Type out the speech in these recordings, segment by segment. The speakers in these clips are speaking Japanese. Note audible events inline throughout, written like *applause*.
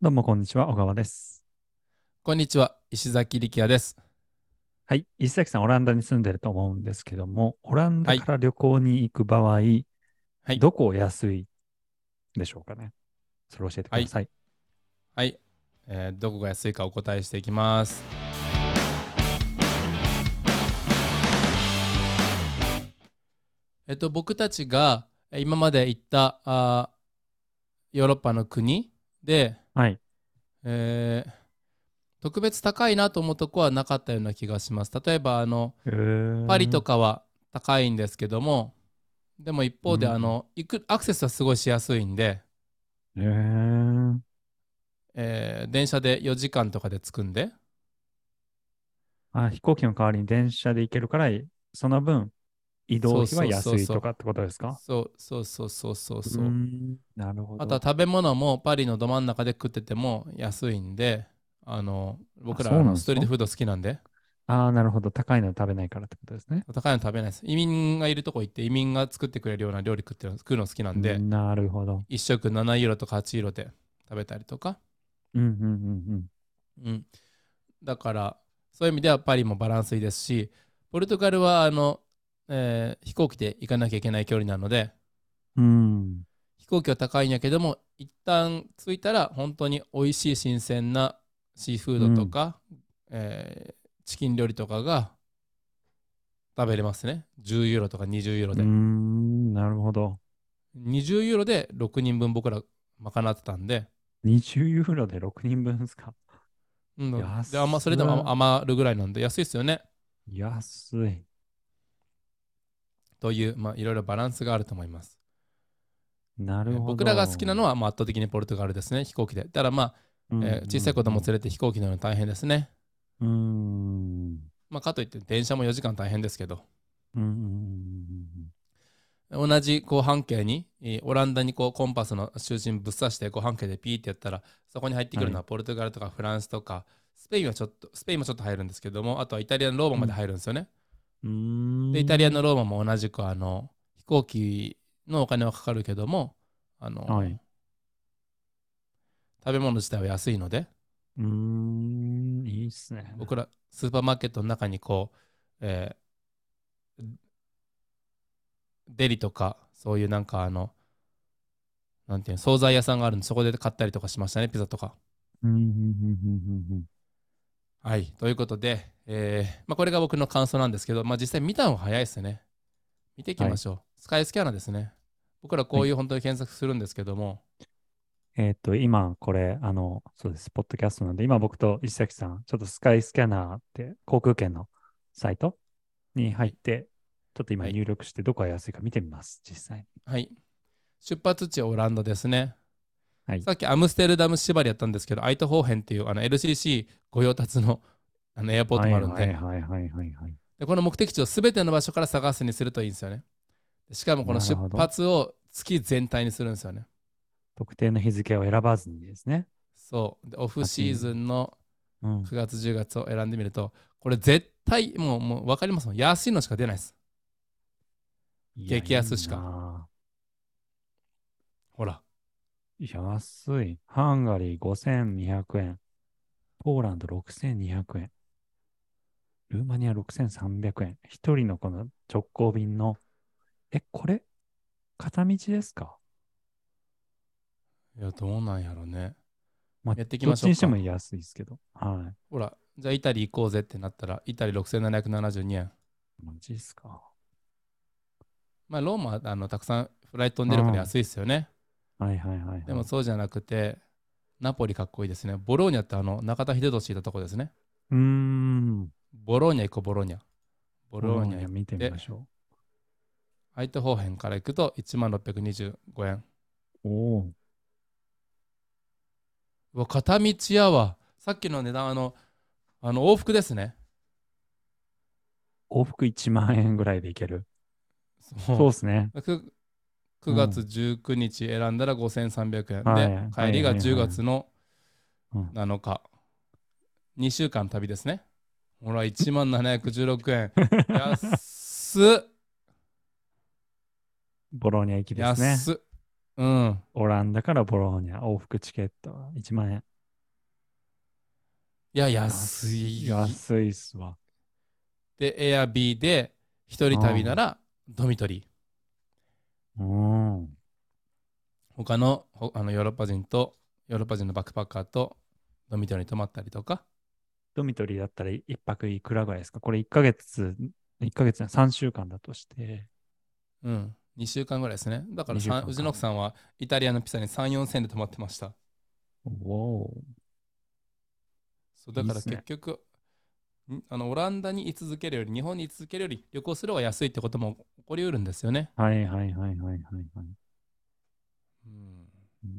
どうもこんにちは、小川です。こんにちは、石崎力也です。はい。石崎さん、オランダに住んでると思うんですけども、オランはダいから旅行に行く場合、はいどこ安いでしょうかね。それ教えてください。はい、えーどこが安いかお答えしていきます。えっと、僕たちがえー今まで行ったあーヨーロッパの国で、はい。えー特別高いなと思うとこはなかったような気がします。例えば、あの、えーパリと。かは高いんですけども、でも一方で、うんあの、行く、アクセスはすごいしやすいんで、えーえー電車で4時間とかで着くんで、あ、飛行機の代わりに電車で行けるから、その分移動費は安いとかってことですかそうそうそうそうそうそう、ーんなるほど。あとは食べ物もパリのど真ん中で食ってても安いんであの僕らそうあなんのですかストリートフード好きなんでああ、なるほど。高いの食べないからってことですね。高いの食べないです移民がいるとこ行って移民が作ってくれるような料理食ってるの食うの好きなんで、なるほど。 1食7ユーロとか8ユーロで食べたりとか、うんうんうんうん。うん、だからそういう意味ではパリもバランスいいですしポルトガルはあの、えー飛行機で行かなきゃいけない距離なのでうん。飛行機は高いんやけども一旦着いたら本当に美味しい新鮮なシーフードとか、えーチキン料理とかが食べれますね10ユーロとか20ユーロうで、ーん、なるほど。 20ユーロで6人分僕ら賄ってたんで,、 20ユーロで6人分ですかうん、安いであんまそれでも余るぐらいなんで安いですよね安い。というまあいろいろバランスがあると思いますなるほど。僕らが好きなのは、まあ、圧倒的にポルトガルですね飛行機でただまうん、あ、えー小さい子供連れて飛行機乗るの大変ですね、うん。うん。まあ、かといって電車も4時間大変ですけどうんうんうん同じこう半径に、えーオランダにこうコンパスの中心ぶっ刺してこう半径でピーってやったらそこに入ってくるのははポルトガルとかフランスとかスペインはちょっとスペインもちょっと入るんですけどもあとはイタリアのローマまで入るんですよね、うん。うーんでイタリアのローマも同じくあの飛行機のお金はかかるけどもあの、はい食べ物自体は安いのでうーん、いいっすね。僕らスーパーマーケットの中にこう、えーデリとかそういうなんかあのなんていうの惣菜屋さんがあるんでそこで買ったりとかしましたねピザとかうんうんうんうんはいということで、えーまあ、これが僕の感想なんですけど、まあ、実際見たのは早いですね見ていきましょう、スカイスキャナーですね僕らこういう本当に検索するんですけども、うんえっと、今、これ、あの、そうです、ポッドキャストなんで、今、僕と石崎さん、ちょっとスカイスキャナーって、航空券のサイトに入って、ちょっと今、はい入力して、どこが安いか見てみます、実際。はい出発地はオランダですねはいさっきアムステルダム縛りやったんですけど、アイトホーヘンっていうあの LCC 御用達のあのエアポートもあるんで,、はいはいはいはいはい。で、この目的地を全ての場所から探すにするといいんですよね。しかもこのな出るほど発を月全体にするんですよね。特定の日付を選ばずにですね。そう。でオフシーズンのうん9月、10月を選んでみると、これ絶対もうもう分かりますもん。安いのしか出ないです。いや *laughs* 激安しか。ほら。いいなあ安い。ハンガリー5200円。ポーランド6200円。ルーマニア6300円。一人のこの直行便の。え、これ、片道ですかいや、どうなんやろうね。まあやっていきましどょうかっちにしても安いですけど。はほら、じゃあイタリー行こうぜってなったら、イタリー6772円。い。マジですか。まあ、ローマはあのたくさんフライト飛んでるから安いですよね。はいはいはい、はい。でもそうじゃなくて、ナポリかっこいいですね。ボローニャってあの中田秀俊いたとこですね。うーん。ボローニャ行こう、ボローニャ。ボローニャ行っ見てみましょアイトホーヘンから行くと1万625円。う。おお。うわ、片道やわ。さっきの値段、あの、あの往復ですね。往復1万円ぐらいでいける。そうそですね。う。く9月19日選んだら5300円、はいで、帰りがはいはい10はい月のうん7日。2週間旅ですね。ほら、1万716円。 *laughs* 安っボローニャ行きですね。安っうん。オランダからボローニャ、往復チケットは1万円。いや、安い。安いっすわ。で、エアビーで、一人旅なら、ドミトリー。うん。他のほあのヨーロッパ人と、ヨーロッパ人のバックパッカーと、ドミトリーに泊まったりとか。ドミトリーだったら1泊いくらぐらいですかこれ1ヶ月、1ヶ月じゃない3週間だとして。うん。2週間ぐらいですね。だから二週間さかん、うちの奥さんは、イタリアのピサに3、4千で泊まってました。おそうだかいいらっすね結局んあのオランダに居続けるより日本に居続けるより旅行する方が安いってことも起こりうるんですよね。はいはいはいはいはいはい。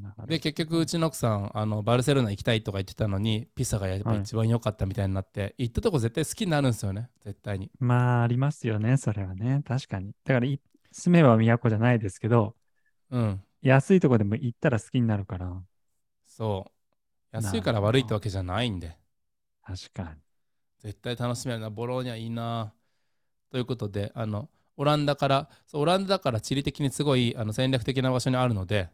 なるほどで結局うちの奥さんあのバルセロナ行きたいとか言ってたのにピサがやっぱはい一番良かったみたいになって、行ったとこ絶対好きになるんですよね絶対に。まあありますよね、それはね。確かに。だからい住めば都じゃないですけど、うん安いとこでも行ったら好きになるから。そう安いから悪いってわけじゃないんで確かに。絶対楽しめるなボローニャいいなということであのオランダからそうオランダだから地理的にすごいあの戦略的な場所にあるので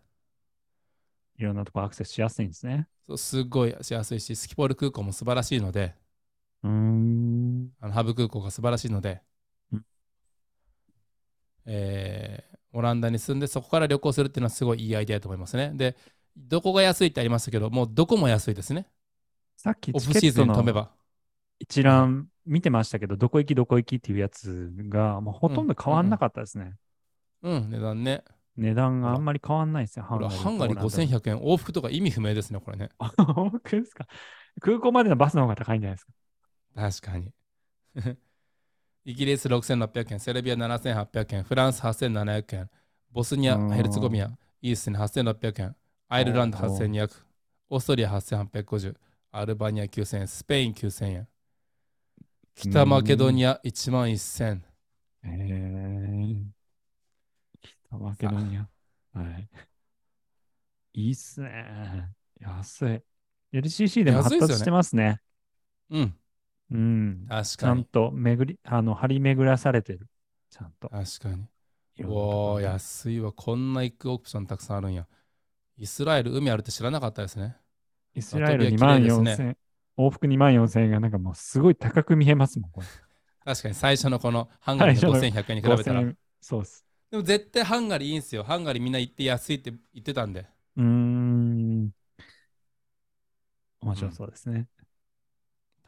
いろんなとこアクセスしやすいんですね。そうすごいしやすいしスキポール空港も素晴らしいのでうーん。あのハブ空港が素晴らしいのでうん、えーオランダに住んでそこから旅行するっていうのはすごいいいアイデアだと思いますねでどこが安いってありましたけどもうどこも安いですねさっきオチフケシーッズトンに飛のべば一覧見てましたけど、どこ行きどこ行きっていうやつが、もうほとんど変わんなかったですね。うん値段ね値段があんまり変わんないですね。ハほンガらリーとハンガリーオランダ *laughs* の5100円往復とか意味不明ですねこれね往復ですか空港までのバスの方が高いんじゃないですか確かに *laughs* イギリス6600円セルビア7800円フランス8700円ボスニアうんヘルツェゴビアイースに8600円アイルランド8200オーストリア8850アルバニア9000円スペイン9000円北マケドニア1万1000へえ。北マケドニア。はい。いいっすね。安い。LCC でも発安いっすよね達してますね。うんうん。確ちゃかんにと巡り、あの、張り巡らされてる。ちゃんと。確かにいろんなとこおろーに安いわこんな行くオプションたくさんあるんやイスラエル海あるって知らなかったですねイスラエルト2ルコは万綺麗ですね4千、往復2万4千円がなんかもうすごい高く見えますもん、これ。確かに最初のこのハンガリーの5100円に比べたら5000円そうっす。でも絶対ハンガリーいいんすよ。ハンガリーみんな行って安いって言ってたんで。うーん。面白そうですね。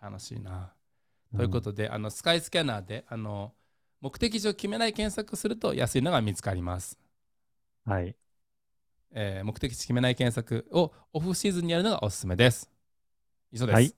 楽しいな。ということで、あのスカイスキャナーであの目的地を決めない検索すると安いのが見つかります。うんはい。えー目的地決めない検索をオフシーズンにやるのがおすすめです。以上です。はい